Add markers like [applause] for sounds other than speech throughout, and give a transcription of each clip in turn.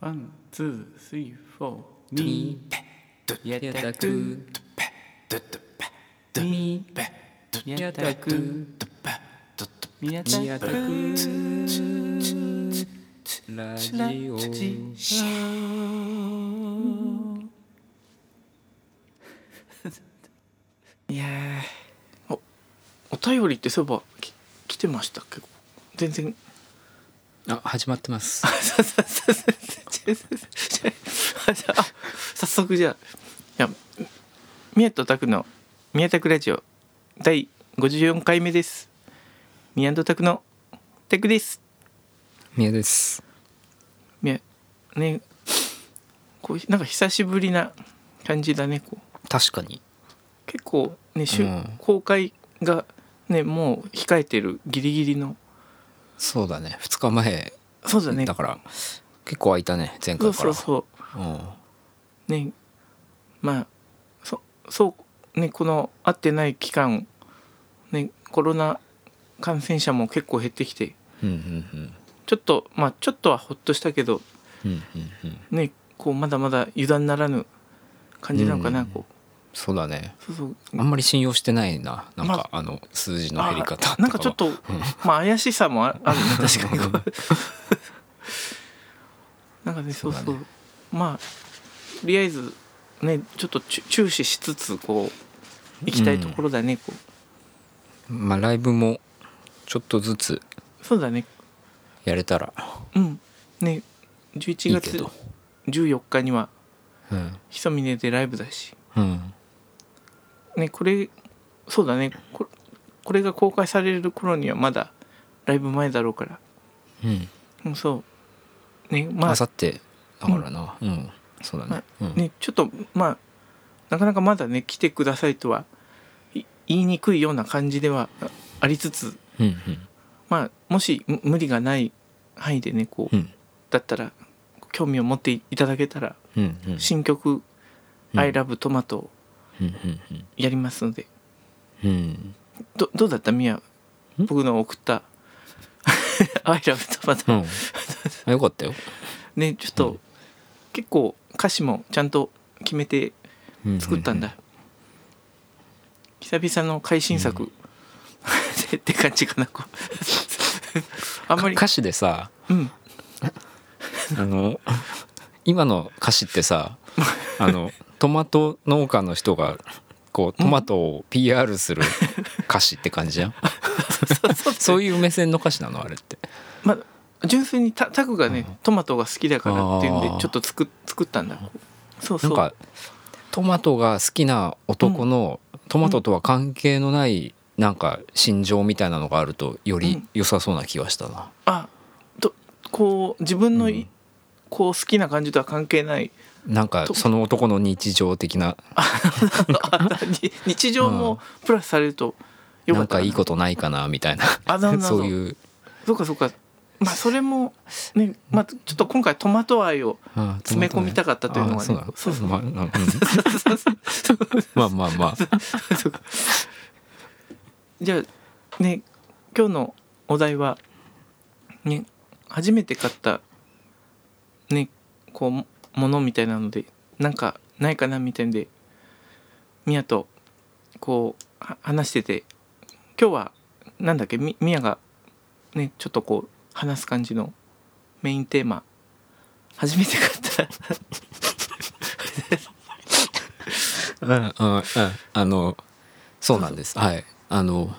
ワン、ツー、スリー、フォー、にに、やたくに、やたく宮みや田たくくん。ララジオ [laughs] ジオいやーお便りってそういえばき来てましたっけ全然あ始まってますあさささささあじゃあ [laughs] 早速じゃあいや宮田拓の宮田拓ラジオ第54回目です宮田拓のテクですみやです宮ねこうなんか久しぶりな感じだねこう確かに結構ね、しゅうん公開がねもう控えてるギリギリのそうだね2日前そうだねだから結構空いたねそ前回うかそうらそううんねまあそそうねこの会ってない期間ねコロナ感染者も結構減ってきてうんうんちょっとまあちょっとはほっとしたけどうんうんうんうんねこうまだまだ油断ならぬ感じなのかな、うんこそうだねうそうそうあんまり信用してないななんまかあの数字の減り方とあかなんかちょっとまあ怪しさもああるね確かにこうなんかねそうそうそうだねまあとりあえずねちょっと注注視しつつこう行きたいところだね、こうまあライブもちょっとずつそうだね。やれたらうん。ね、い11いけ月ど14日には、うんひそみねでライブだし。うんね、これ、そうだね。これこれが公開される頃にはまだライブ前だろうから。うんうん、そう。ね、まああ、さってだからなうんそうだねうんね、ちょっと、まあ、なかなかまだね、来てくださいとはい言いにくいような感じではあありつつ、うんうんまあ、もしむ無理がない範囲でね、こう、うんだったら、興味を持っていただけたら、うんうん新曲「うん ILOVETOMATO」をうんうんやりますので、うんうんどどうだったみや僕の送った [laughs] 「ILOVETOMATO うんあ [laughs] よかったよ」ねちょっと、うん結構歌詞もちゃんと決めて作ったんだ、久々の会心作、 [laughs] ってって感じかなこう [laughs] あんかまり歌詞でさうんあの今の歌詞ってさ [laughs] あのトマト農家の人がこうトマトを PR する歌詞って感じ [laughs] じゃんそういう目線の歌詞なのあれってまあ純粋にタタクがね、トマトが好きだからっていうんであーちょっと作っ作ったんだそうなそんうかトマトが好きな男のトマトとは関係のないなんか心情みたいなのがあるとようりん良さそうな気がしたな。あとこう自分のい、うんこう好きな感じとは関係ないなんかとその男の日常的なあに日常もプラスされるとよかっなんたかいいことないかなみたいなあなるほどそういう、そうかそうかまあそれもね、まあ、ちょっと今回トマト愛をうん詰め込みたかったというのがねあそうなのそうそうまあう [laughs] んまあまあまあ [laughs] じゃあね今日のお題はね初めて買ったねこうもものみたいなのでなんかないかなみたいんでミヤとこうは話してて今日はなんだっけみミヤがねちょっとこう話す感じのメインテーマ初めて買ったうんうんうんあのそうなんですはいあの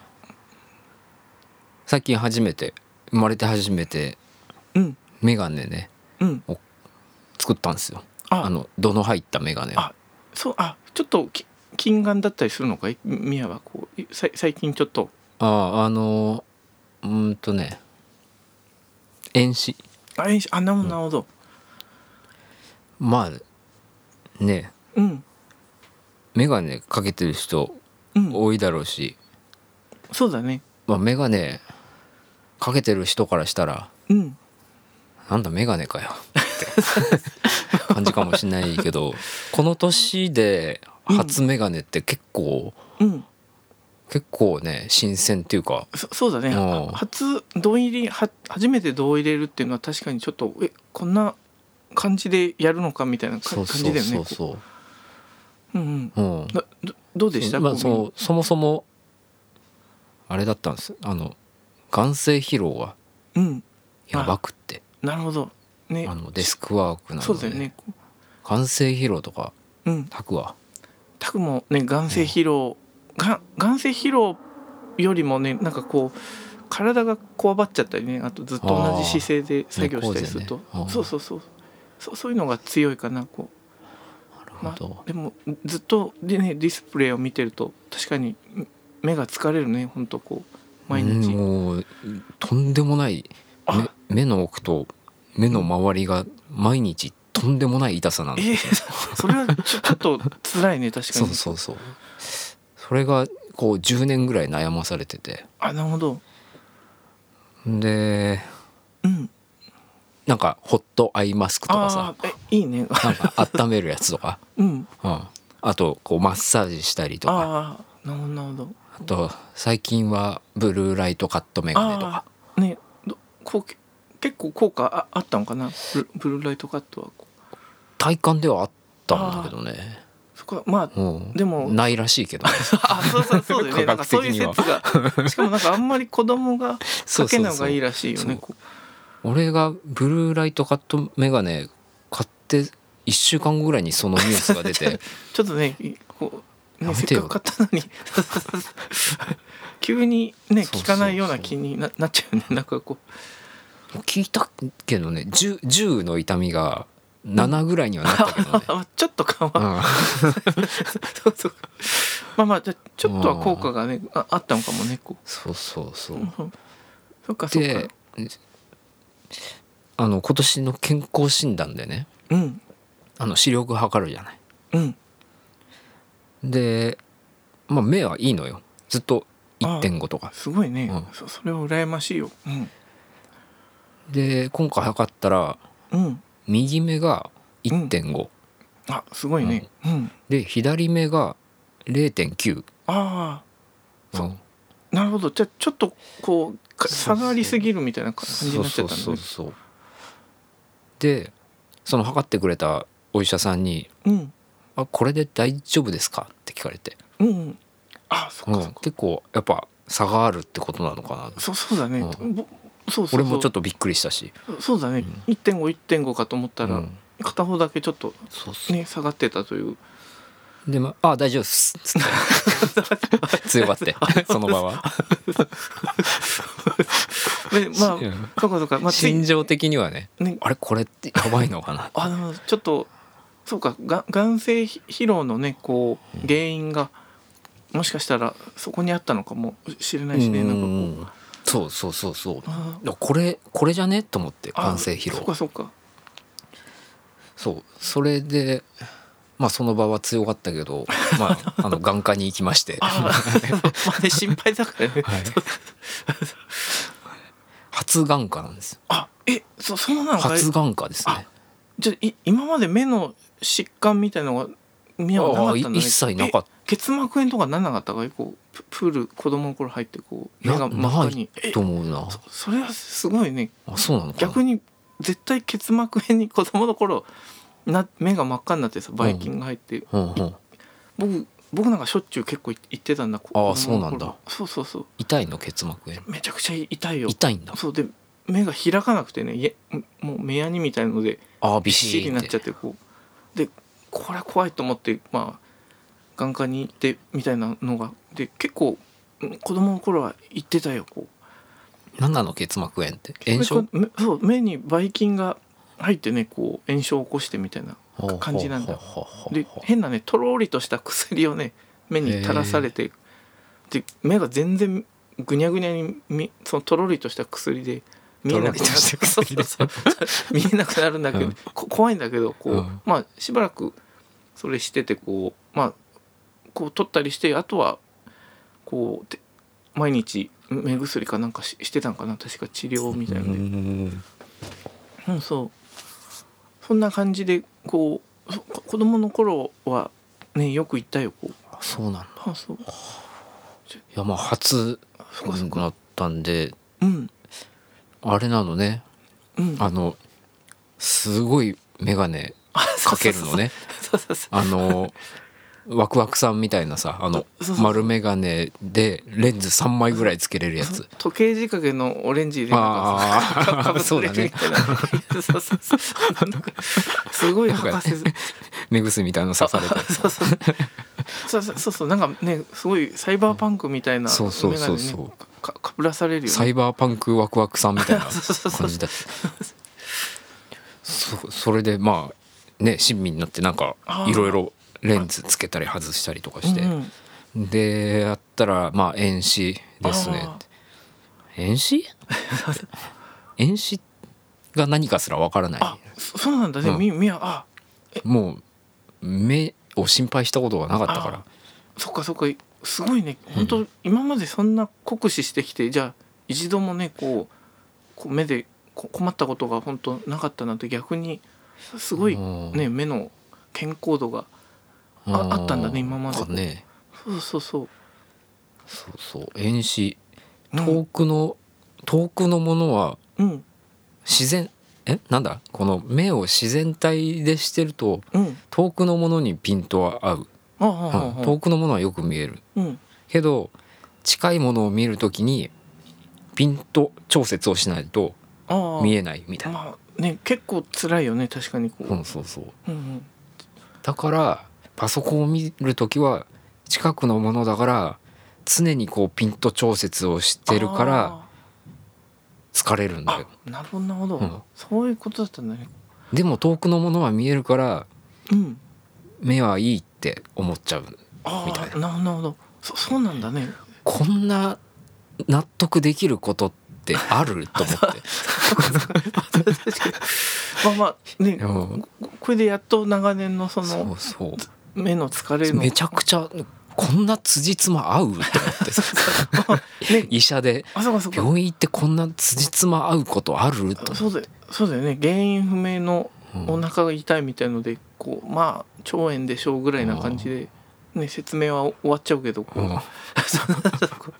最近初めて生まれて初めてうんメガネねうん作ったんですよああの度の入ったメガネをあそうあちょっとき近眼だったりするのかいみミヤはこういさい最近ちょっとああのうーんとね遠視あえいあなるほどなるほどまあねうんメガネかけてる人うん多いだろうし、そうだねまあ、メガネかけてる人からしたらうんなんだメガネかよって感じかもしれない [laughs] けどこの年で初メガネって結構、うん結構ね新鮮っていうかそそうだねうん初胴入りは初めて胴入れるっていうのは確かにちょっとえこんな感じでやるのかみたいなかそ感うじそだようねそこうそううんうんう、うん、などどうでしたまあこうそうそもそもあれだったんですあの眼性疲労がうんやばくってなるほどねあのデスクワークなそのうだで、よねこ眼性疲労とかううん吐くわたくもね眼性疲労が眼性疲労よりもねなんかこう体がこわばっちゃったりねあとずっと同じ姿勢で作業したりすると、猫背ねあーそうそうそうそうそういうのが強いかなこうなるまあほど、、でもずっとで、ね、ディスプレイを見てると確かにん目が疲れるね本当こう毎うん日もうとんでもないあ目目の奥と目の周りが毎日とんでもない痛さなんえ [laughs] でーそれはちょちょっと辛いね確かそにうそうそうそれがこう10年ぐらい悩まされててあなるほどでうんなんかホットアイマスクとかあさあーえいい [laughs] ねなんか温めるやつと [laughs] か、うんうん、あとこうマッサージしたりとかああなるほどなるほどあと最近はブルーライトカットメガネとかああねどこうけ結構効果ああったのかなブルブルーライトカットはこう体感ではあったんだけどねそこはまあうんでもないらしいけどあそうそうそうだよね [laughs] 科なんか学そうい的うには説 [laughs] がしかもなんかあんまり子供がそかうそけうない方そがいいうらしいよねそうこう俺がブルーライトカットメガネ買って1週間後ぐらいにそのニュースが出て [laughs] ちょっとね、いこう、ね、やせめってかよく買ったのに、 [laughs] 急にね、そうそうそう聞かないような気にななっちゃうね。なんかこう、聞いたけどね 10, 10の痛みが7ぐらいにはなったけど [laughs] ねあちょっと緩う和、んそうそうまあまあ、じゃあちょっとは効果がね、ああったのかもね、こ。そうそうそうううんそっかそっか。であの今年の健康診断でねうん、あの視力測るじゃないうん。でまあ目はいいのよずっと1.5とかすごいね。うんそそれは羨ましいよ。うん。で今回測ったらうん。右目が1.5、あ、すごいね。うん。で左目が0.9、あうん、あ、なるほど。じゃあちょっとこう、かそうそう下がりすぎるみたいな感じにそなうっちゃそったのうそうね。そうでその測ってくれたお医者さんにうん。 「あこれで大丈夫ですか?」って聞かれて、うんうん。あ、そっうかそっかん、。結構やっぱ差があるってことなのかなそうそうだね、うぼそうそうそう俺もちょっとびっくりしたしそうだね、1.51.5かと思ったら、うん片方だけちょっとそうそうね下がってたというでまああ大丈夫っす」つって [laughs] 強がってその場は、でまあうんそうかそうかまあつい心情的にはねねあれこれってやばいのかなあのちょっとそうかが眼性疲労のねこう原因がもしかしたらそこにあったのかもしれないしね、なんかこううんそうそうそうそうあーこれこれじゃねと思ってあー眼性疲労そうかそうかそうそれでまあその場は強かったけ [laughs] ど、まあ、あの眼科に行きまして、あー [laughs] まあね心配だからね、はい初眼科なんですよあえそそうなのか初眼科ですねじゃあい今まで目の疾患みたいのが見えなかあったあんいだ、ね、一切なかっった結膜炎とかなんなかったかいこうププール子供の頃入ってこうた目なが真っな赤にいと思うなえそれはすごいねあそうなのかな逆に絶対結膜炎に子供の頃な目が真っ赤になってさばい菌が入って、うんうん、僕僕なんかしょっちゅう結構い行ってたんだこああ子供の頃そうなんだそうそうそう痛いの結膜炎めちゃくちゃ痛いよ痛いんだそうで目が開かなくてねいえもう目やにみたいのでああびビっしシりーなっっちゃっててこうでこれは怖いと思ってまあ眼科に行ってみたいなのがで結構うん子供の頃は行ってたよこう何なの結膜炎って炎症めそう目にばい菌が入ってねこう炎症を起こしてみたいな感じなんだほうほうほうほうで変なねとろりとした薬をね目に垂らされてで目が全然ぐにゃぐにゃにみそのとろりとした薬で見えなくなとろりとしたる薬でそうそうそう見えなくなるんだけど、うんこ怖いんだけどこう、うんまあしばらくそれしててこうまあこう取ったりしてあとはこうて毎日目薬かなんかししてたんかな確か治療みたいなので、うんうん、そうそんな感じでこうそこ子供の頃はねよく行ったよこうあそうなんだあそういやまあ初そっかそっかだったんでうんあれなのねうんあのすごい眼鏡かかけるのねそうそうそうあのワクワクさんみたいなさあのそうそうそう丸眼鏡でレンズ3枚ぐらいつけれるやつ時計仕掛けのオレンジでなんかあかぶあそうだってるみねたいなそうそうそうなんかすごい博士目薬みたいなの刺されてそうそうそうそうそうそうなんかねすごいサイバーパンクみたいなそうそうそうそう眼鏡ねかかぶらされるよサねイバーパンクワクワクさんみたいなそうそうそう感じだそそれでまあね親身になってなんかあーいろいろレンズつけたり外したりとかして、うんうんでやったらまあ遠視ですねあ遠 [laughs] 視遠視が何かすらわからあなそそうなんだね、うんみみやあいもう目を心配したことがなかったからそっかそっかすごいね本当、今までそんな酷使してきてじゃあ一度もねこうこう目でこ困ったことが本当なかったなんて逆にすごいうんね目の健康度があうあったんだね今までかねそうそうそうそうそう遠視うん遠くの、遠くのものはうん自然えなんだこの目を自然体でしてるとうん遠くのものにピントは合う、ああうんあああ遠くのものはよく見えるうんけど近いものを見るときにピント調節をしないとああ見えないみたいな、まあね結構辛いよね確かにこう、うん、そうそううんうんだからパソコンを見るときは近くのものだから常にこうピント調節をしてるから疲れるんだあよあなるほどなるほど、うんそういうことだったんだねでも遠くのものは見えるからうん目はいいって思っちゃうああみたいななるほどそそうなんだねこんな納得できることってあると思って [laughs] まあまあねうんここれでやっと長年のそそのうそ目の疲れうのめちゃくちゃこんな辻褄合うと思ってさ [laughs] ね医者であそうかそうか病院行ってこんな辻褄合うことあると思そうだよそうだよね原因不明のうんお腹が痛いみたいのでこうまあ腸炎でしょうぐらいな感じで、ね、説明は終わっちゃうけどこう、うん [laughs] そうそうそ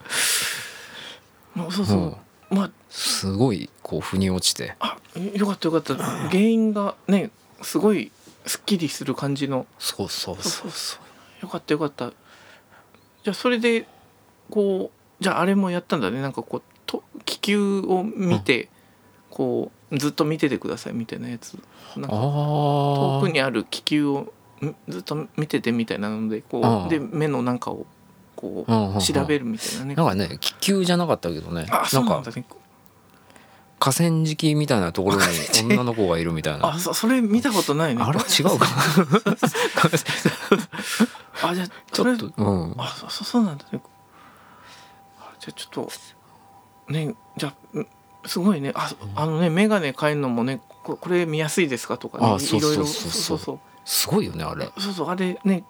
うそうそう、うんまあすごいこう腑に落ちてあよかったよかった原因がねすごいすっきりする感じのそうそうそうよかったよかったじゃあそれでこうじゃああれもやったんだねなんかこうと気球を見て、こうずっと見ててくださいみたいなやつなんあかあ遠くにある気球をんずっと見ててみたいなのでこううんで目の中をこうんうんううん調べるみたいなねなんかね気球じゃなかったけどねあそうななんんだかね河川敷みたいなところに女の子がいるみたいなあそそれ見たことないねあれ違うか [laughs] あじゃあちとりあょえっずと、うん、あそう [laughs] そうそうなんだねあじゃあちょっとねじゃあんすごいねああのね眼鏡変えるのもねここれ見やすいですかとかねあいそういろいろそそうそううそうすごいよねあれそうそうあれね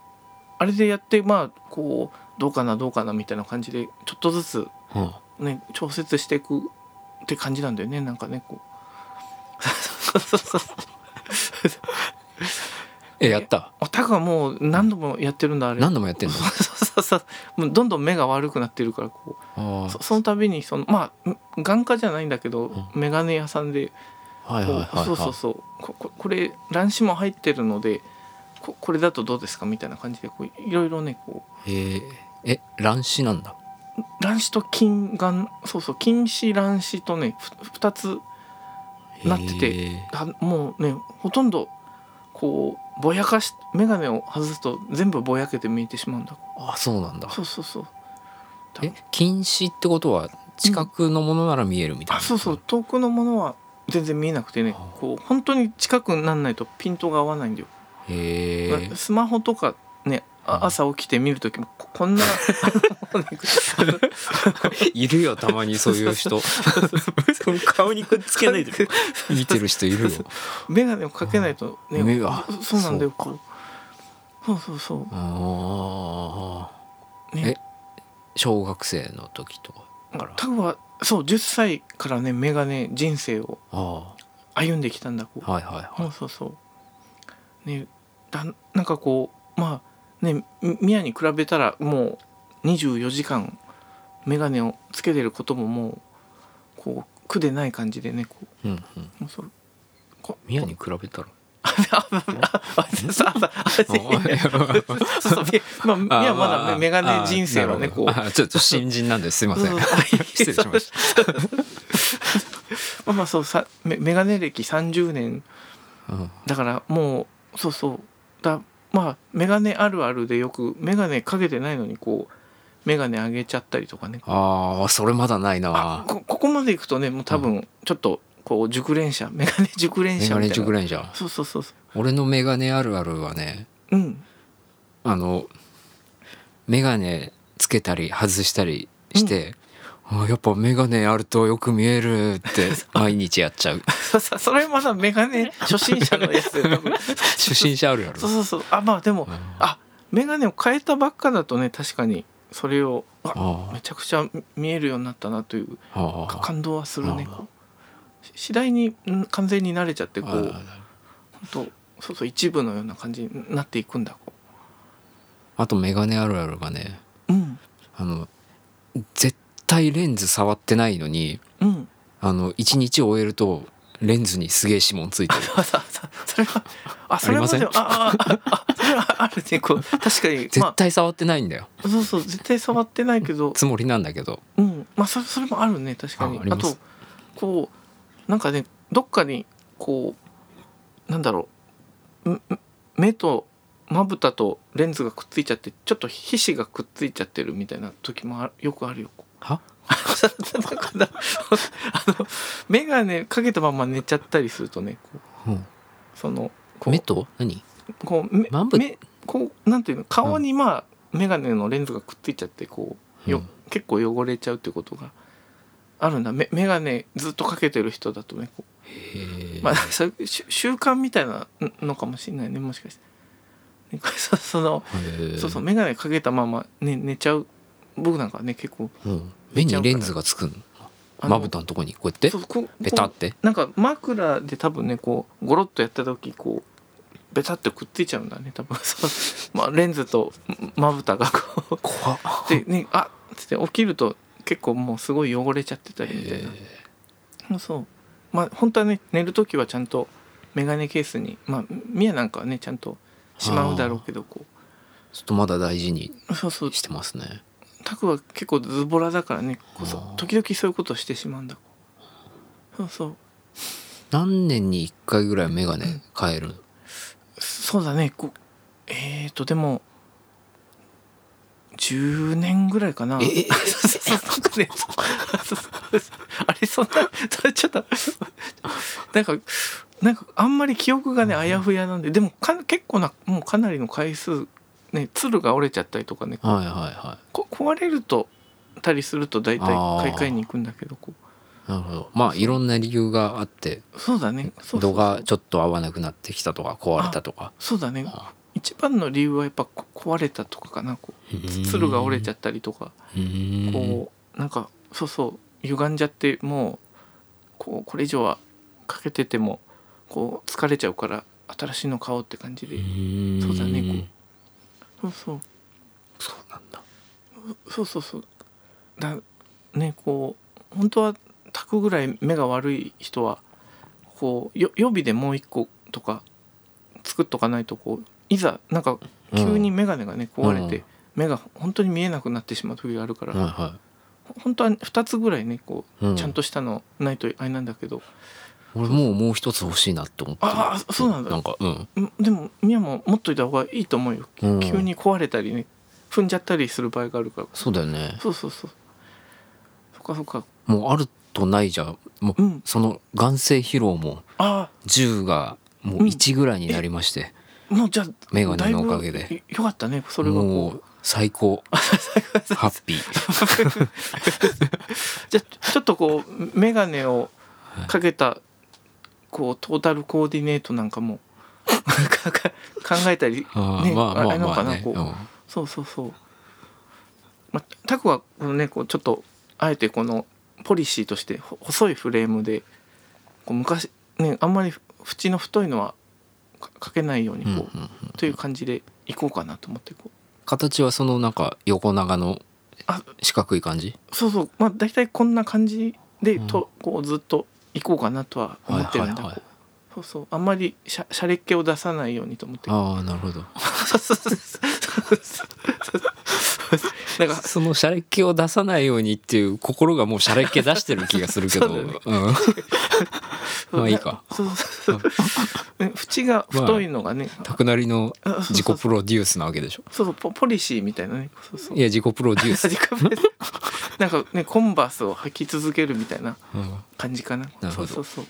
あれでやってまあこうどうかなどうかなみたいな感じでちょっとずつうんね調節していくって感じなんだよねなんかねこうそうそうそうえやったあ [laughs] タカはもう何度もやってるんだあれ何度もやってんのそうそうそうそうもうどんどん目が悪くなってるからこうあそその度にそのまあん眼科じゃないんだけど、うん眼鏡屋さんであはいこはいうはいはいそうそうそうこここれ乱視も入ってるのでここれだとどうですかみたいな感じでこういろいろねこえーえ乱視なんだう乱視と近眼そうそう近視乱視とね2つなっててへあもうねほとんどこうぼやかし眼鏡を外すと全部ぼやけて見えてしまうんだーあそうなんだそうそうそう多分え近視ってことは近くのものなら見えるみたいあな、そうそう遠くのものは全然見えなくてねあこう本当に近くになんないとピントが合わないんだよへえー、スマホとかねあうん朝起きて見る時もここん [laughs] ないるよたまにそうい [laughs] う人顔にくっつけないで見てる人い [laughs] るよ、眼鏡をかけないとね目がそうなんだよこうそうそうそあうねえー小学生の時とかから多分はそう10歳からね眼鏡人生をあ歩んできたんだこうあはいはいそはうそうそうねだなんかこうまあねみミヤに比べたらもう24時間眼鏡をつけてることももうこう苦でない感じでねこい、うんうん、うもうそれこ宮に比べたらそうそうまあみやまだメガネ人生はねこうあちょっと新人なんですいませんそうそう [laughs] 失礼しましまあまあそうさメメガネ歴30年た、うんだからもうそうそうだまあメガネあるあるでよくメガネかけてないのにこうメガネ上げちゃったりとかねああそれまだないあなこここまでいくとねもう多分ちょっとこう熟練者メガネ熟練メ者ガみネたい熟な練じゃんそうそうそうそ俺のメガネあるあるはねううんあのメガネつけたり外したりして、あやっぱメガネあるとよく見え [laughs] るって毎日やっちゃうそそそれまだメガネ初心者のやつで多分初心者あるあるそうそうそうあまあでもああメガネを変えたばっかだとね確かにそれをああめちゃくちゃ見えるようになったなというあか感動はするねあーこうし次第にん完全に慣れちゃってこうあ本当そうそう一部のような感じになっていくんだこあとメガネあるあるがねううんあの絶対レンズ触ってないのにうんあの一日終えるとレンズにすげえ指紋つい [laughs] てるあささそれはあそれはありませんでもあああああそれはあるねこう確かに絶ま対触ってないんだよあそうそう絶対触ってないけどつもりなんだけどうんまあそれそれもあるね確かにああありまとすこうなんかねどっかにこうなんだろうん目とまぶたとレンズがくっついちゃってちょっと皮脂がくっついちゃってるみたいな時もあよく [laughs] あるよ。はだからあの眼鏡かけたまま寝ちゃったりするとねこううんそのこう目と何こうめまぶめこうなんていうの顔にまあ眼鏡のレンズがくっついちゃってこうよ、うん結構汚れちゃうってことがあるんだめ眼鏡ずっとかけてる人だとねこう、まあ、 [laughs] そういう習習慣みたいなのかもしれないねもしかして。ねそ [laughs] そのそうそう眼鏡かけたまま、ね、寝ちゃう僕なんかね結構うん目にレンズがつくんあのまぶたのとこにこうやってそうこうペタっこてうなんか枕で多分ねこうゴロッとやった時こうベタってくっついちゃうんだね多分 [laughs] そう、まあ、レンズとまぶたがこう怖っでねあっつって起きると結構もうすごい汚れちゃってたりみたいな、そうそうまあ本当はね寝る時はちゃんとメガネケースにまあミヤなんかはねちゃんとしまうだろうけどこちょっとまだ大事にうそうそうしてますねタクは結構ズボラだからねこうそうあー時々そういうことをしてしまうんだそうそう何年に1回ぐらいメガネ変えるそうだねこうえーとでも10年ぐらいかなえ [laughs] そうそうそうねそうそうそうあれそんなそれちょっとなんかなんかあんまり記憶がねあやふやなんででもか結構なもうかなりの回数ね鶴が折れちゃったりとかねはいはいはこ壊れるとたりすると大体買い替えに行くんだけどこいなるほどまあいろんな理由があってうそうだねそうそう度がちょっと合わなくなってきたとか壊れたとかそうだねあ一番の理由はやっぱこ壊れたとかかなこう鶴が折れちゃったりとかうんこうなんかそうそう歪んじゃってもうこうこれ以上はかけててもこう疲れちゃうから新しいの買おうって感じでうんそうだねこそうそうそうなんだそうそうそうだねこう本当は炊くぐらい目が悪い人はこうよ予備でもう一個とか作っとかないとこういざなんか急に眼鏡がねうん壊れて目が本当に見えなくなってしまう時があるからはいは本当は2つぐらいねこい、ううちゃんとしたのないとあれなんだけど俺もうもう一つ欲しいなって思ってるああそうなんだなんかうん、んでもミヤも持っといた方がいいと思うようん急に壊れたりね踏んじゃったりする場合があるからそうだよねそうそうそうそっかそっかもうあるとないじゃもううんその眼性疲労もあ10がもう1ぐらいになりまして、あもうじゃあメガネのおかげでだいぶよかったねそれがもこうう最高ハッピー [laughs] じゃあちょっとこうメガネをかけたこうトータルコーディネートなんかも [laughs] かか考えたりあー、ねまあまああれなんまかあなねこうそうそうそう。まあ、タクはこのねこうちょっとあえてこのポリシーとしてほ細いフレームでこう昔ねあんまりふ縁の太いのはかかけないようにうんうんこう、うんという感じでいこうかなと思ってこ形はそのなんか横長のあ四角い感じうそうそうまあ大体こんな感じでうんと、こうずっといこうかなとは思ってるんだ、はいはいはいこそうそうあんまりしゃしゃれっ気を出さないようにと思ってああなるほど [laughs] そうそうそう [laughs] そうなんかそのシャレっ気を出さないようにっていう心がもうシャレっ気出してる気がするけ [laughs] ど、そうだねうんまあいいかそうそうそうね縁が太いのがね、たくなりのあそう自そう己プロデュースなわけでしょそうそうポポリシーみたいなねそう [laughs] そういや自己プロデュース、自己ベースなんかねコンバースを履き続けるみたいなうん感じかななるほそどうそうそう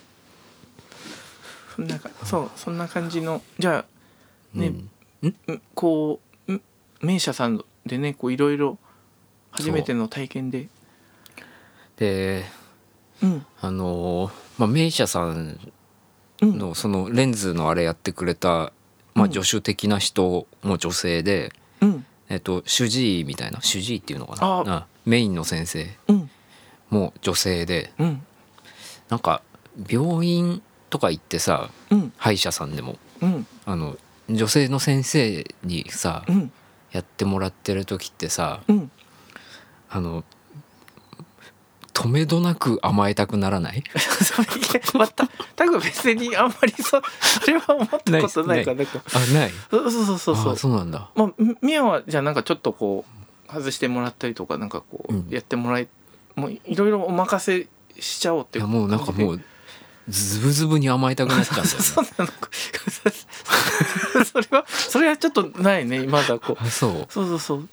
そんなかそうそんな感じのじゃ [laughs] あね、うんんこうん名社さんでねこういろいろ初めての体験ででうんあのーまあ、名社さんうんのそのレンズのあれやってくれた、まうあ、ん助手的な人も女性で、うんえっと、主治医みたいな主治医っていうのかあなうんメインの先生うんも女性でうんなんか病院とか行ってさうん歯医者さんでもうんあの女性の先生にさうんやってもらってる時ってさうんあのとめどなく甘えたくならない [laughs] それいやまた多分別にあんまりそそれは思ったことないからなんか [laughs] あないそうそうそうそあうそうなんだまあみやはじゃあなんかちょっとこう外してもらったりとかなんかこうんうやってもらえ、もういろいろお任せしちゃおうっていいやもうなんかも [laughs] ううズブズブに甘えたくなっちゃうんだよ [laughs] ねそうなのかそれはそれはちょっとないねまだこうあそうそうそうそう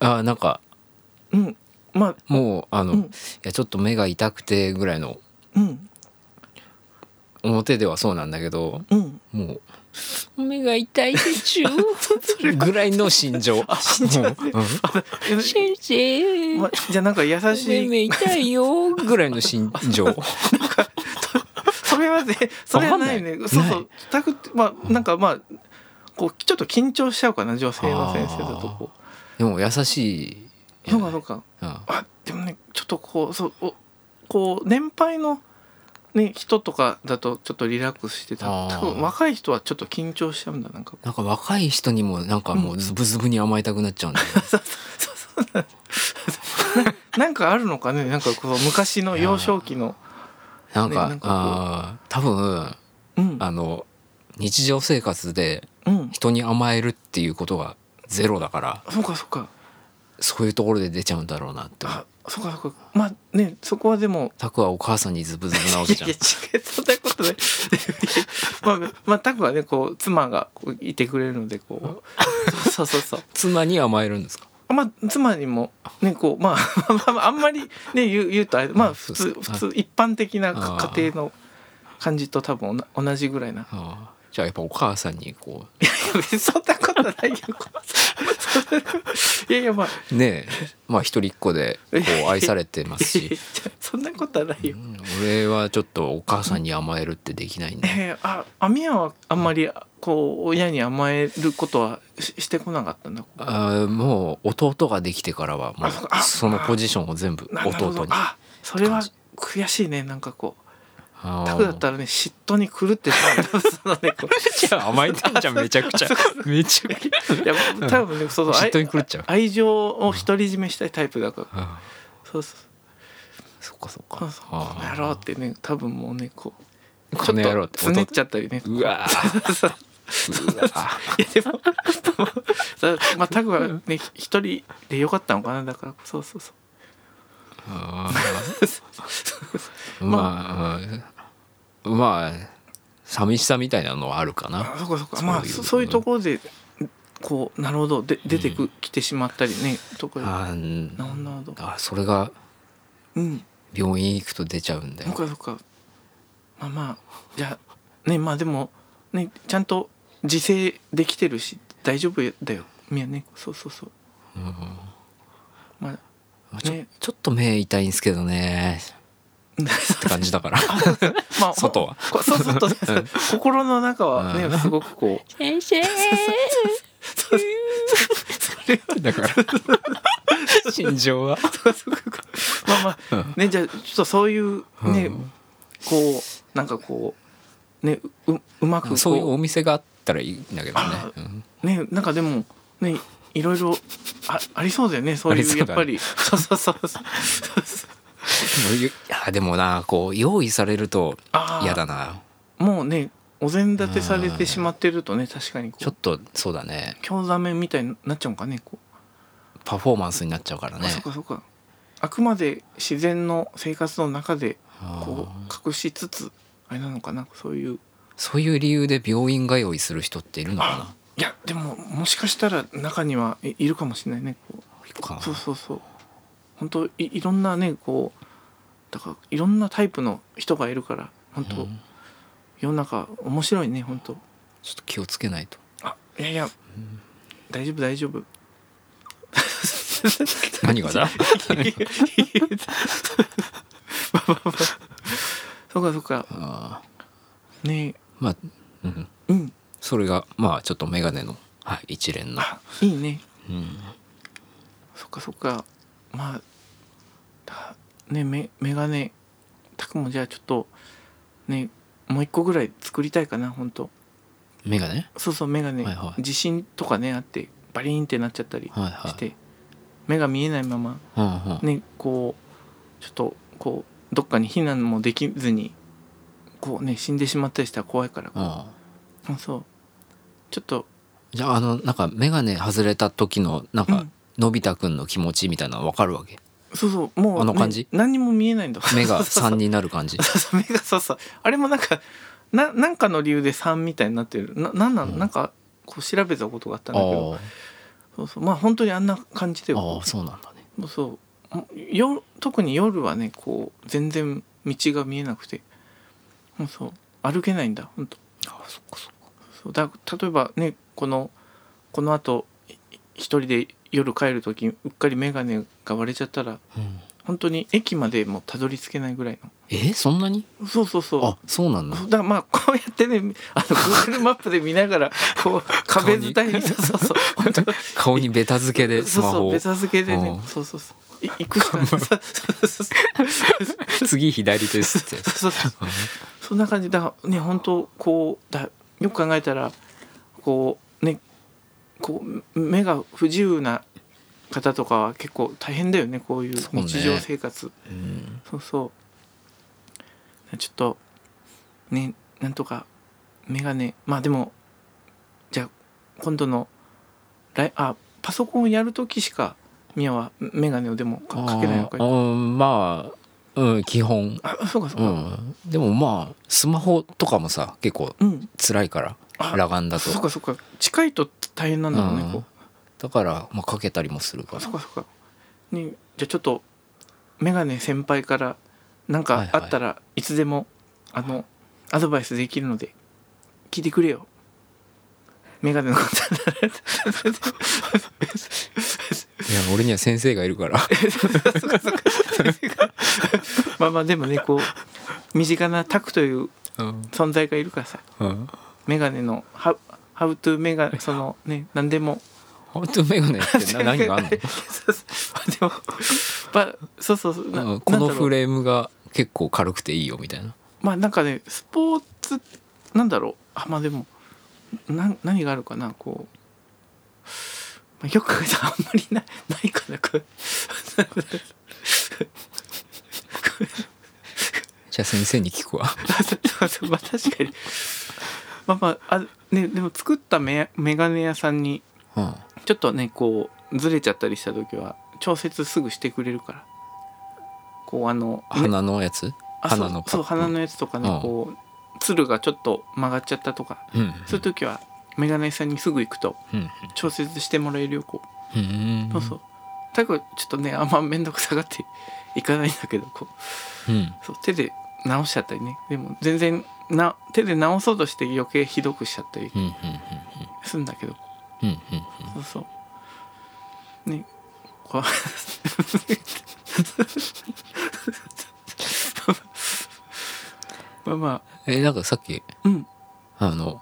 あなんかうんまあもうあの、うんいやちょっと目が痛くてぐらいのうん表ではそうなんだけどうんもう目が痛いでちゅうぐらいの心情 [laughs] あ死んじゃうもううん先生、まあじゃあなんか優しい目痛いよぐらいの心情 [laughs] それは [laughs] ねそれはないねわかんないそうそなうたくまあなんかまあこうちょっと緊張しちゃうかな女性の先生だとこでも優しいうそうかそうかうんあでもねちょっとこうそうおこう年配の、ね、人とかだとちょっとリラックスしてたあー多分若い人はちょっと緊張しちゃうんだなんかなんか若い人にもなんかもうズブズブに甘えたくなっちゃうんだよね、なんかあるのかねなんかこう昔の幼少期のなんか,、 [laughs] ねなんかこうあー多分うんあの日常生活でうん人に甘えるっていうことがゼロだからそうかそうかそういうところで出ちゃうんだろうなって思うあそうかそうかまあねそこはでもタクはお母さんにズブズブなわいけやじゃいんや違うそんなことない [laughs] まあまあタクはねこう妻がこういてくれるのでこうそうそうそう妻に甘えるんですかまあ、妻にも、ね、こう、まあ、まあ [laughs] まああんまり、ね、言う、言うとあれ、まあ、普そ通、うそう普通、一般的なあかー家庭の。感じと多分おな同じぐらいな。ああじゃあやっぱお母さんにこ別にそんなことないよ。 [laughs] こういやいや、まあ、うねえ [laughs] まあ一人っ子で [laughs] こう愛されてますいやいやし、そんなことはないうよ。ん俺はちょっとお母さんに甘えるってできないんでえー、あ、アミヤはあんまり、こう、親に甘えることはししてこなかったんだ。ああもう弟ができてからはもあそうかあうそのポジションを全部ななるほ弟どに。あ、それは悔しいね、なんかこう、ああタクだったらね、嫉妬に狂ってた。その [laughs] ね、こうじゃあ甘えてんじゃんめちゃく [laughs] ちゃめちゃくちいや多分ねそうそうゃあ嫉い妬に狂っちゃう愛情を独り占めしたいタイプだから、ああそうそうそっかそっそかうそうこの野郎ってね多分もうねこうこの野郎っちょっとつねってちゃったりね [laughs] うわあ [laughs] そううわあいやでもそうまあタグはね一人でよかったのかなだからそうそうそうあーまあ、まあ、寂しさみたいなのはあるかな。あそうかそうかそういうまあそそういうところでこうなるほどで出てく、来てしまったりねとかあーなるほどあそれがうん病院行くと出ちゃうんだそよっ。かそっかまあまあじゃあねまあでもねちゃんと自制できてるし大丈夫だよみやねそうそうそううんまあ [laughs] まあちょねちょっと目痛いんですけどねって感じだから。まあ外はこそうそうそうそう心の中はね、うすごくこ [laughs] う先生それはだから。心情は。まあまあねじゃあちょっとそういうね、うんこうなんかこうねううまくこそういうお店があったらいいんだけどねあ。うんねなんかでもねいろいろあありそうだよねそうあいりうそやうっだねぱりそうそう [laughs] そうそうでもいやでもな、こう、用意されるとあー嫌だな。もうねお膳立てされてしまってるとね確かにこちょうっとそうだね興ざめみたいになっちゃうんかねこうパフォーマンスになっちゃうからねあそっかそっかあくまで自然の生活の中であーこう隠しつつあれなのかなそういうそういう理由で病院通いする人っているのかいやでももしかしたら中にはいいるかもしれないねこうないるかなそうそうそう本当いいろんなねこうだからいろんなタイプの人がいるから本当、うん世の中面白いね本当ちょっと気をつけないとあいやいや大丈夫大丈夫何がだそうかそうかあねーまあ、うん、えうんそれがまあちょっと眼鏡の、はい、一連の、あいいねうん、そっかそっかまあだねめメガネたくもじゃあちょっとねもう一個ぐらい作りたいかな本当眼鏡そうそうメガネ、はいはい地震とかねあってバリーンってなっちゃったりはいしはて、い、目が見えないままうんうんねこうちょっとこうどっかに避難もできずにこうね死んでしまったりしたら怖いからうんうんそうちょっとじゃああのなんか眼鏡外れた時のなんうかんのび太くんの気持ちみたいなの分かるわ [laughs] けそうそうもう、ね、あの感じ何にも見えないんだ目がそうそう3になる感じ [laughs] そうそう目がそうそうあれもなんかななんかの理由で3みたいになってるななんなん、うんなんかこう調べたことがあったんあだけどーそうそうまあ本当にあんな感じであーそうなんだねそうそうよ特に夜はねこう全然道が見えなくてもうそう歩けないんだ本当あそっかそっかそうだ例えばねこのこのあと一人で夜帰る時うっかり眼鏡が割れちゃったらうん本当に駅までもたどり着けないぐらいえそんなにのそうそうそうあそうなんだだからまあこうやってねあの Google マップで見ながらこ [laughs] う壁伝いにそうそうそう本当顔にベタ付けでスそうマそホうをベタ付けでねうんそうそうそうい行くしかないそうそうそう [laughs] 次左ですってそうそうそんな感じだからね本当こうだよく考えたらこうねこう目が不自由な方とかは結構大変だよねこういうそうね日常生活うんそうそうちょっとねなんとかメガネまあでもじゃあ今度の来あパソコンをやるときしかミヤはメガネをでもかかけないのかあーうんまあうん基本あそうかそううかんでもまあスマホとかもさ結構うん、辛いからあ裸眼だとそうかそうか近いと大変なんだろうね、こだから、まあ、かけたりもするかうらそうかそうかねじゃあちょっとメガネ先輩からなんはかいはあいったらいつでも、あのアドバイスできるので聞いてくれよメガネの方いや俺には先生がいるからまあまあでもねこう身近なタクといううん、存在がいるからさうん、メガネのハウハウトゥーメガそのね何でも本当メガネって [laughs] な何があんのそうそうでもまあそうそうそうなうんこなのんだろうフレームが結構軽くていいよみたいなまあなんかねスポーツなんだろうあまあでもな何があるかなこう、まあ、よく考えたらあんまりなないかなこうじゃあ先生に聞くわ [laughs] まあ確かにまあまああ、ね、でも作ったメメガネ屋さんにうんちょっと [laughs] ねこうずれちゃったりした時は調節すぐしてくれるからこうあのね鼻のやつあそう鼻のパッそう鼻のやつとかね、うんこうつるがちょっと曲がっちゃったとかうんそういう時はメガネ屋さんにすぐ行くとうん調節してもらえるよこううんそうそうタコちょっとねあんま面倒くさがっていかないんだけどこううんそう手で直しちゃったりねでも全然な手で直そうとして余計ひどくしちゃったりうんうんうんするんだけどうんうんうんそうそうねこう [laughs] まあまあえなんかさっきうんあの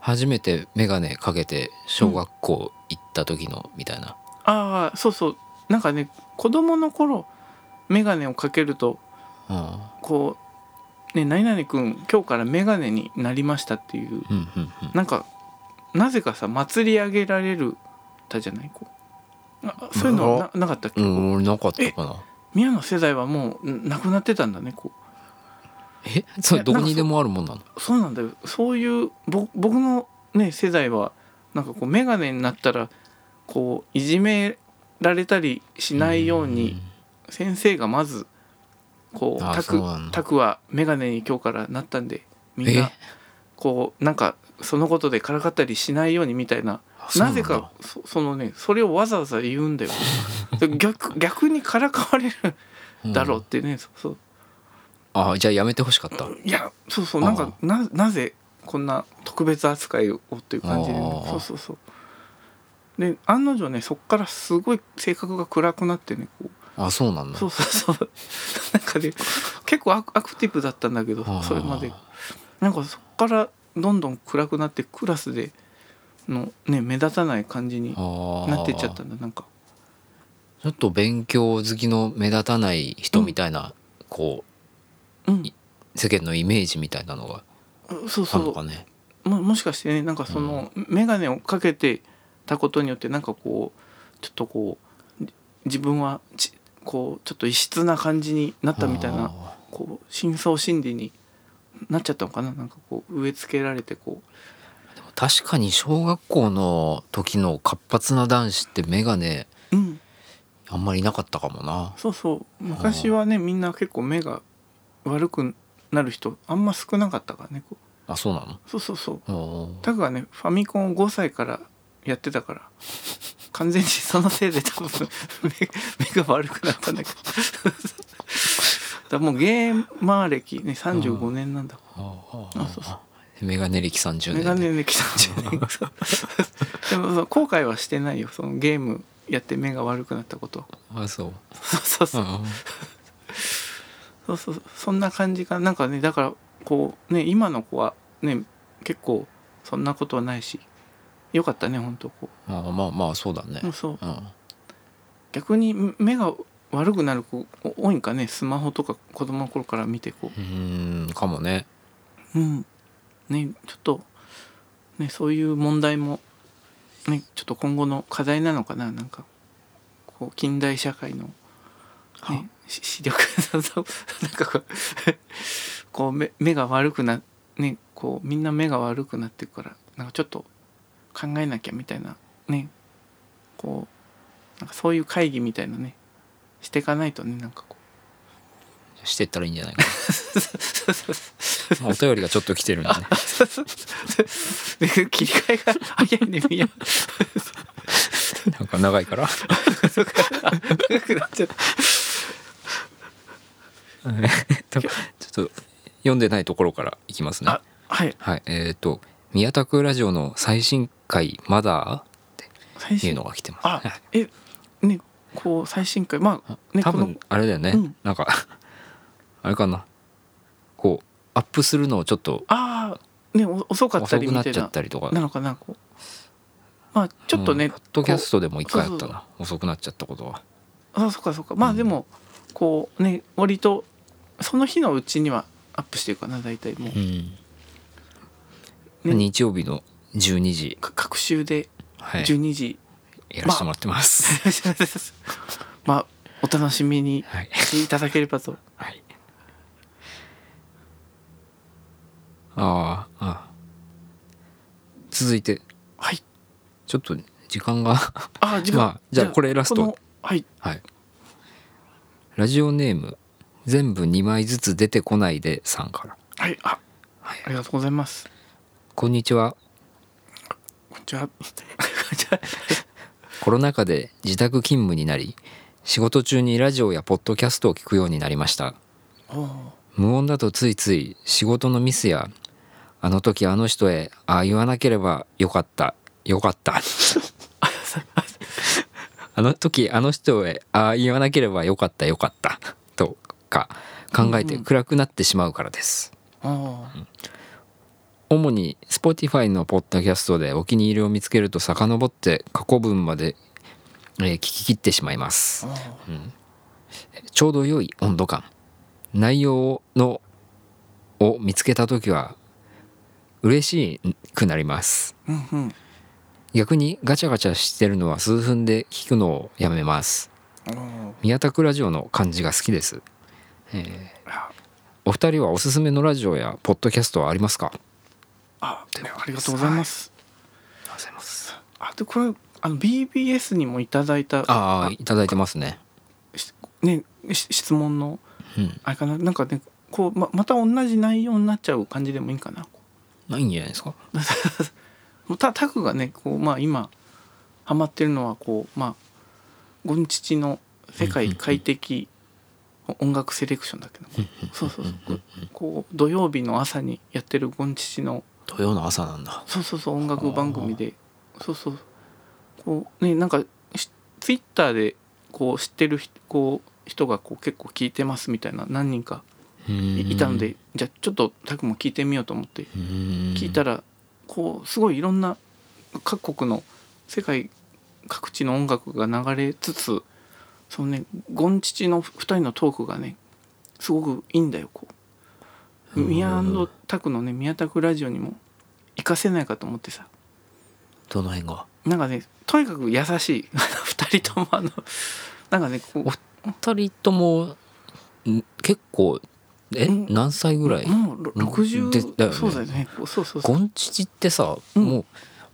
初めて眼鏡かけて小学校行った時のみたいな、ああそうそうなんかね子供の頃眼鏡をかけるとあこう「ね何々くん今日から眼鏡になりました」っていうーうんうんうんなんかなぜかさ祭り上げられるたじゃないこうあそういうのななかったっけ、うん、俺なかったかな宮の世代はもうんなくなってたんだねこうえそれどこにでもあるもんなのそうなんだよそういうぼ僕のね世代はなんかこう眼鏡になったらこういじめられたりしないように先生がまずこうあタそクうなんだタクは眼鏡に今日からなったんでみんえなこうなんかそのことでからかったりしないようにみたいなあそうなんぜだかそそのねそれをわざわざ言うんだ [laughs] よで逆逆にからかわれるうんだろうってね、そうそうあじゃあやめてほしかったいやそうそうなんあかななぜこんな特別扱いをっていう感じで、ねあ、あそうそうそうで案の定ねそっからすごい性格が暗くなってねこうあそうなんだそうそうそう [laughs] なんかね結構アクアクティブだったんだけどあーそれまでなんかそっからどんどん暗くなってクラスでのね目立たない感じにあなってっちゃったんだなんかちょっと勉強好きの目立たない人みたいな、こうんいいう世間のイメージみたいなのがそうあるのかそねうももしかしてねなんかその眼鏡をかけてたことによってなんかこうちょっとこうじ自分はちこうちょっと異質な感じになったみたいなあこう深層心理になっちゃったのかななんかこう植え付けられてこーでも確かに小学校の時の活発な男子って眼鏡ううんあんまりいなかったかもなそうそう昔はねみんな結構目が悪くなる人あんま少なかったからねこあそうなうそうそうそうのタクはねファミコンを5歳からやってたから完全にそのせいで多分目目が悪くなったんだけどだからもうゲーマー歴ね35年なんだあそうそメガネ歴30メ年ガネで歴30年でもそう後悔はしてないよそのゲームやって目が悪くなったことはあそうそうそうそううんうんそうそうそんな感じかななんかねだからこうね今の子はね結構そんなことはないしよかったね本当こあまあまあそうだねうもうそううん逆に目が悪くなる子多いんかねスマホとか子供の頃から見てこうーんかもねううんねちょっとねそういう問題もねちょっと今後の課題なのかななんかこう近代社会の、ね、し視力そうそう [laughs] なんかこうこう目目が悪くなねこうみんな目が悪くなってくからなんかちょっと考えなきゃみたいなねこうなんかそういう会議みたいなねしていかないとねなんかこしてったらいいんじゃないかうな [laughs] お便りがちょっと来てるんでねで [laughs] 切り替えが早いねいやなんか長 [laughs] いから [laughs] 長くなっちゃったえっとちょっと読んでないところからいきますねあ。はいはい、えっ、と宮田区ラジオの最新回まだ最っていう新のが来てます。あはいえねこう最新回まあね多この分あれだよね。うんなんか [laughs] あれかな、こうアップするのをちょっとああねお遅かった遅りくみなったいちゃっなたりとか、なのかなこうまあちょっとうねんポッドキャストトでも一回あったな、遅くなっちゃったことは。あそうかそうかまあでもこうね割とその日のうちにはアップしてるかな大体もうね日曜日の12時、各週ではい、 12時 [laughs] やらせてもらってます。まあお楽しみに [laughs] はい。していただければとはい。ああ、ああ。続いて、はいちょっと時間が。 [laughs] あ時間、まあじゃあこれラストのはいはい。ラジオネーム、全部2枚ずつ出てこないでさんから。はいあはいありがとうございますこんにちは。こんにちはこんにちはコロナ禍で自宅勤務になり、仕事中にラジオやポッドキャストを聞くようになりました。おー無音だとついつい仕事のミスやあの時あの人へああ言わなければよかったよかった [laughs] あの時あの人へああ言わなければよかったよかったとか考えて暗くなってしまうからです、あ主に Spotify のポッドキャストでお気に入りを見つけると遡って過去文まで、えー聞き切ってしまいますーあーちょうど良い温度感内容のを見つけた時は嬉しくなりますうんうん逆にガチャガチャしてるのは数分で聞くのをやめますあー宮田区ラジオの感じが好きです、えーあお二人はおすすめのラジオやポッドキャストはありますかあねありがとうございます、ありがとうございますあとこれあの BBS にもいただいたああいただいてますねしね、し質問のうんあれかななんかねこうままた同じ内容になっちゃう感じでもいいかなないんじゃないですかたタクがねこう、まあ、今ハマってるのはこうまあゴンチチの「世界快適音楽セレクション」だけどそうそうそうこうこう土曜日の朝にやってるゴンチチの土曜の朝なんだそうそうそう音楽番組でそうそうこうねなんかしツイッターでこう知ってるひこう人がこう結構聞いてますみたいな何人かいいたので、じゃあちょっとタクも聞いてみようと思って聞聞いたららこうすごいいろんな各国の世界各地の音楽が流れつつそのねゴンチチの2人のトークがねすごくいいんだよこううん宮タクのね宮タクラジオにも活かせないかと思ってさどの辺がなんかねとにかく優しい2 [laughs] 人ともあのなんかねこう二人ともん結構えうん何歳ぐらいもうろで60だよねそうだよねこうそうそうそうゴンチチってさうんもう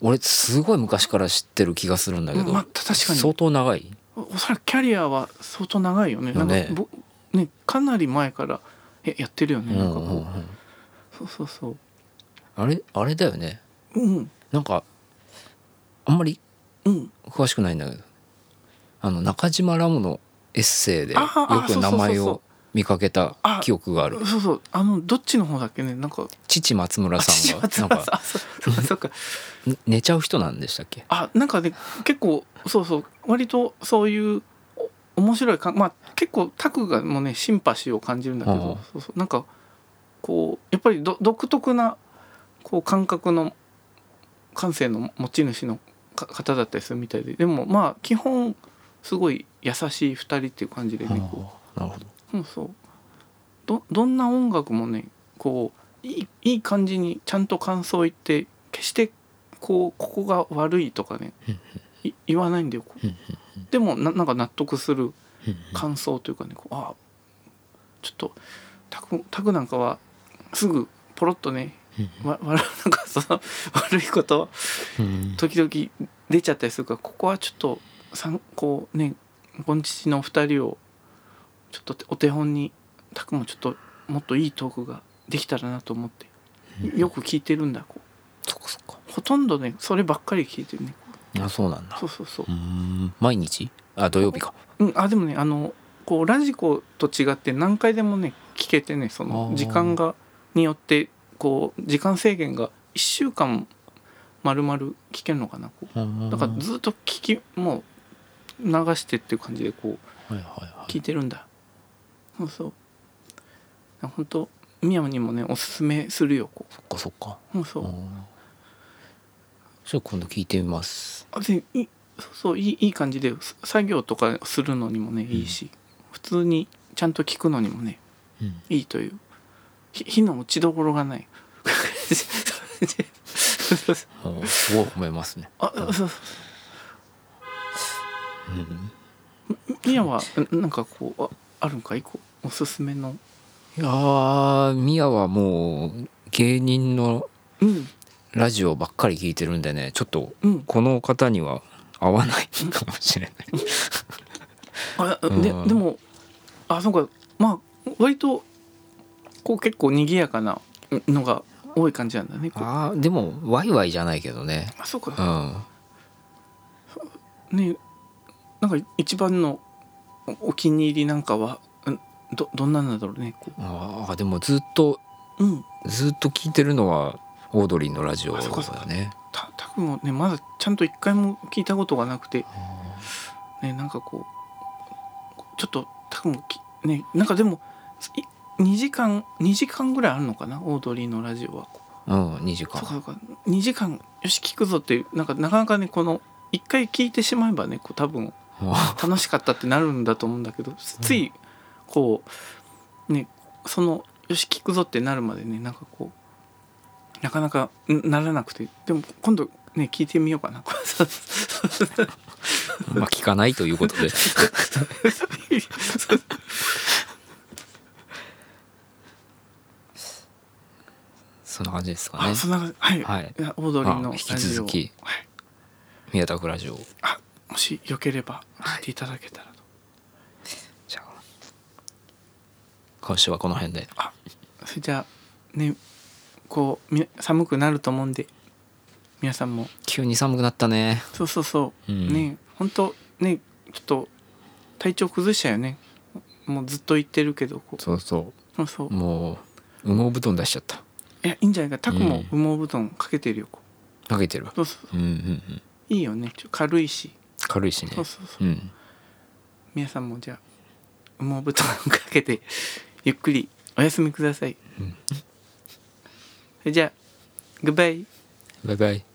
俺すごい昔から知ってる気がするんだけうんどまあ確かに相当長いおおそらくキャリアは相当長いよね。よねなんかぼねかなり前からえやってるよね。なんかこう、うんうんうんそうそうそあれあれだよねう。うんなんかあんまりうん。詳しくないんだけどあの中島ラムのエッセイでよあーあーく名前そうそうそうそうを見かけた記憶があるそうそうあのどっちの方だっけねなんか父松村あさ千葉んがさなんんかあそうそうそうかね寝ちゃう人なんでしたっけあなんかね結構そうそう割とそういうお面白いかまあ結構タクがもうねシンパシーを感じるんだけうんうどんそうそうなんかこうやっぱりど独特なこう感覚の感性の持ち主のか方だったりするみたいででもまあ基本すごい優しい2人っていう感じでねこうなるほどそうそうどどんな音楽もねこういいいい感じにちゃんと感想言って決してこうここが悪いとかねい言わないんだよこううんうんでもななんか納得するうん感想というかねこうああちょっとタクタクなんかはすぐポロッとねわ悪なんかその [laughs] 悪いことはうん時々出ちゃったりするからここはちょっとさんこうねぼんちちのお二人をちょっとお手本にたくもちょっともっといいトークができたらなと思ってよく聞いてるんだこうそっかそっほとんどねそればっかり聞いてるねかあそうなんだそうそうそううーん毎日あ土曜日かうんあでもねあのこうラジコと違って何回でもね聞けてねそのあー時間がによってこう時間制限が1週間まるまる聞けるのかなこうだだからずっと聞きもう流してっていう感じでこうはいはいは聞いてるんだそうそう本当ミヤにもねおすすめするよこそっかそっかううんそううんそれ今度聞いてみますあでいいそうそういいいい感じでさ作業とかするのにもねいいし、普通にちゃんと聞くのにもねうんいいというひ火の打ちどころがない [laughs] おすごい褒めますねあそうそううんミヤはんなんかこうああるんかいこうおすすめのいやーミヤはもう芸人のうんラジオばっかり聞いてるんでねちょっとうんこの方には合わない [laughs] かもしれないあうんででもあそうかまあ割とこう結構賑やかなのが多い感じなんだねこうああーでもワイワイじゃないけどねそううかんねなんか一番のおお気に入りなんかはんどどんなんなんだろうねこあーでもずっとううんずっと聞いてるのはオードリーのラジオだねた多分もねまだちゃんと一回も聞いたことがなくてあねなんかこうちょっと多分きねなんかでも2時間2時間ぐらいあるのかなオードリーのラジオは。ーうん2そ時うか間そうか2時間よし聞くぞっていうなんかなかなかねこの1回聞いてしまえばねこう多分あ楽しかったってなるんだと思うんだけどつついこうねそのよし聞くぞってなるまでねなんかこうなかなかんならなくてでも今度ね聞いてみようか [laughs] なそうそうそうー [laughs] まあ聞かないということで [laughs] そんな感じですかねあそんな感じはい、はいやオードリーのまあ引き続きラジオをはい宮田クラジオあもしよければ聞いていただけたらと、じゃあ今週はこの辺でそれじゃあねこうみ寒くなると思うんで皆さんも急に寒くなったねそうそうそうう、んね本当ねちょっと体調崩しちゃうよねもうずっと言ってるけどこうそうそそうそううもう羽毛布団出しちゃったいやいいんじゃないかタコもう羽毛布団かけてるよこうかけてるわそうそううんうんうんいいよねちょ軽いし軽いしねそうそうそううん皆さんもじゃあ羽毛布団かけてゆっくりお休みください、うんそれじゃあグッバイバイバイ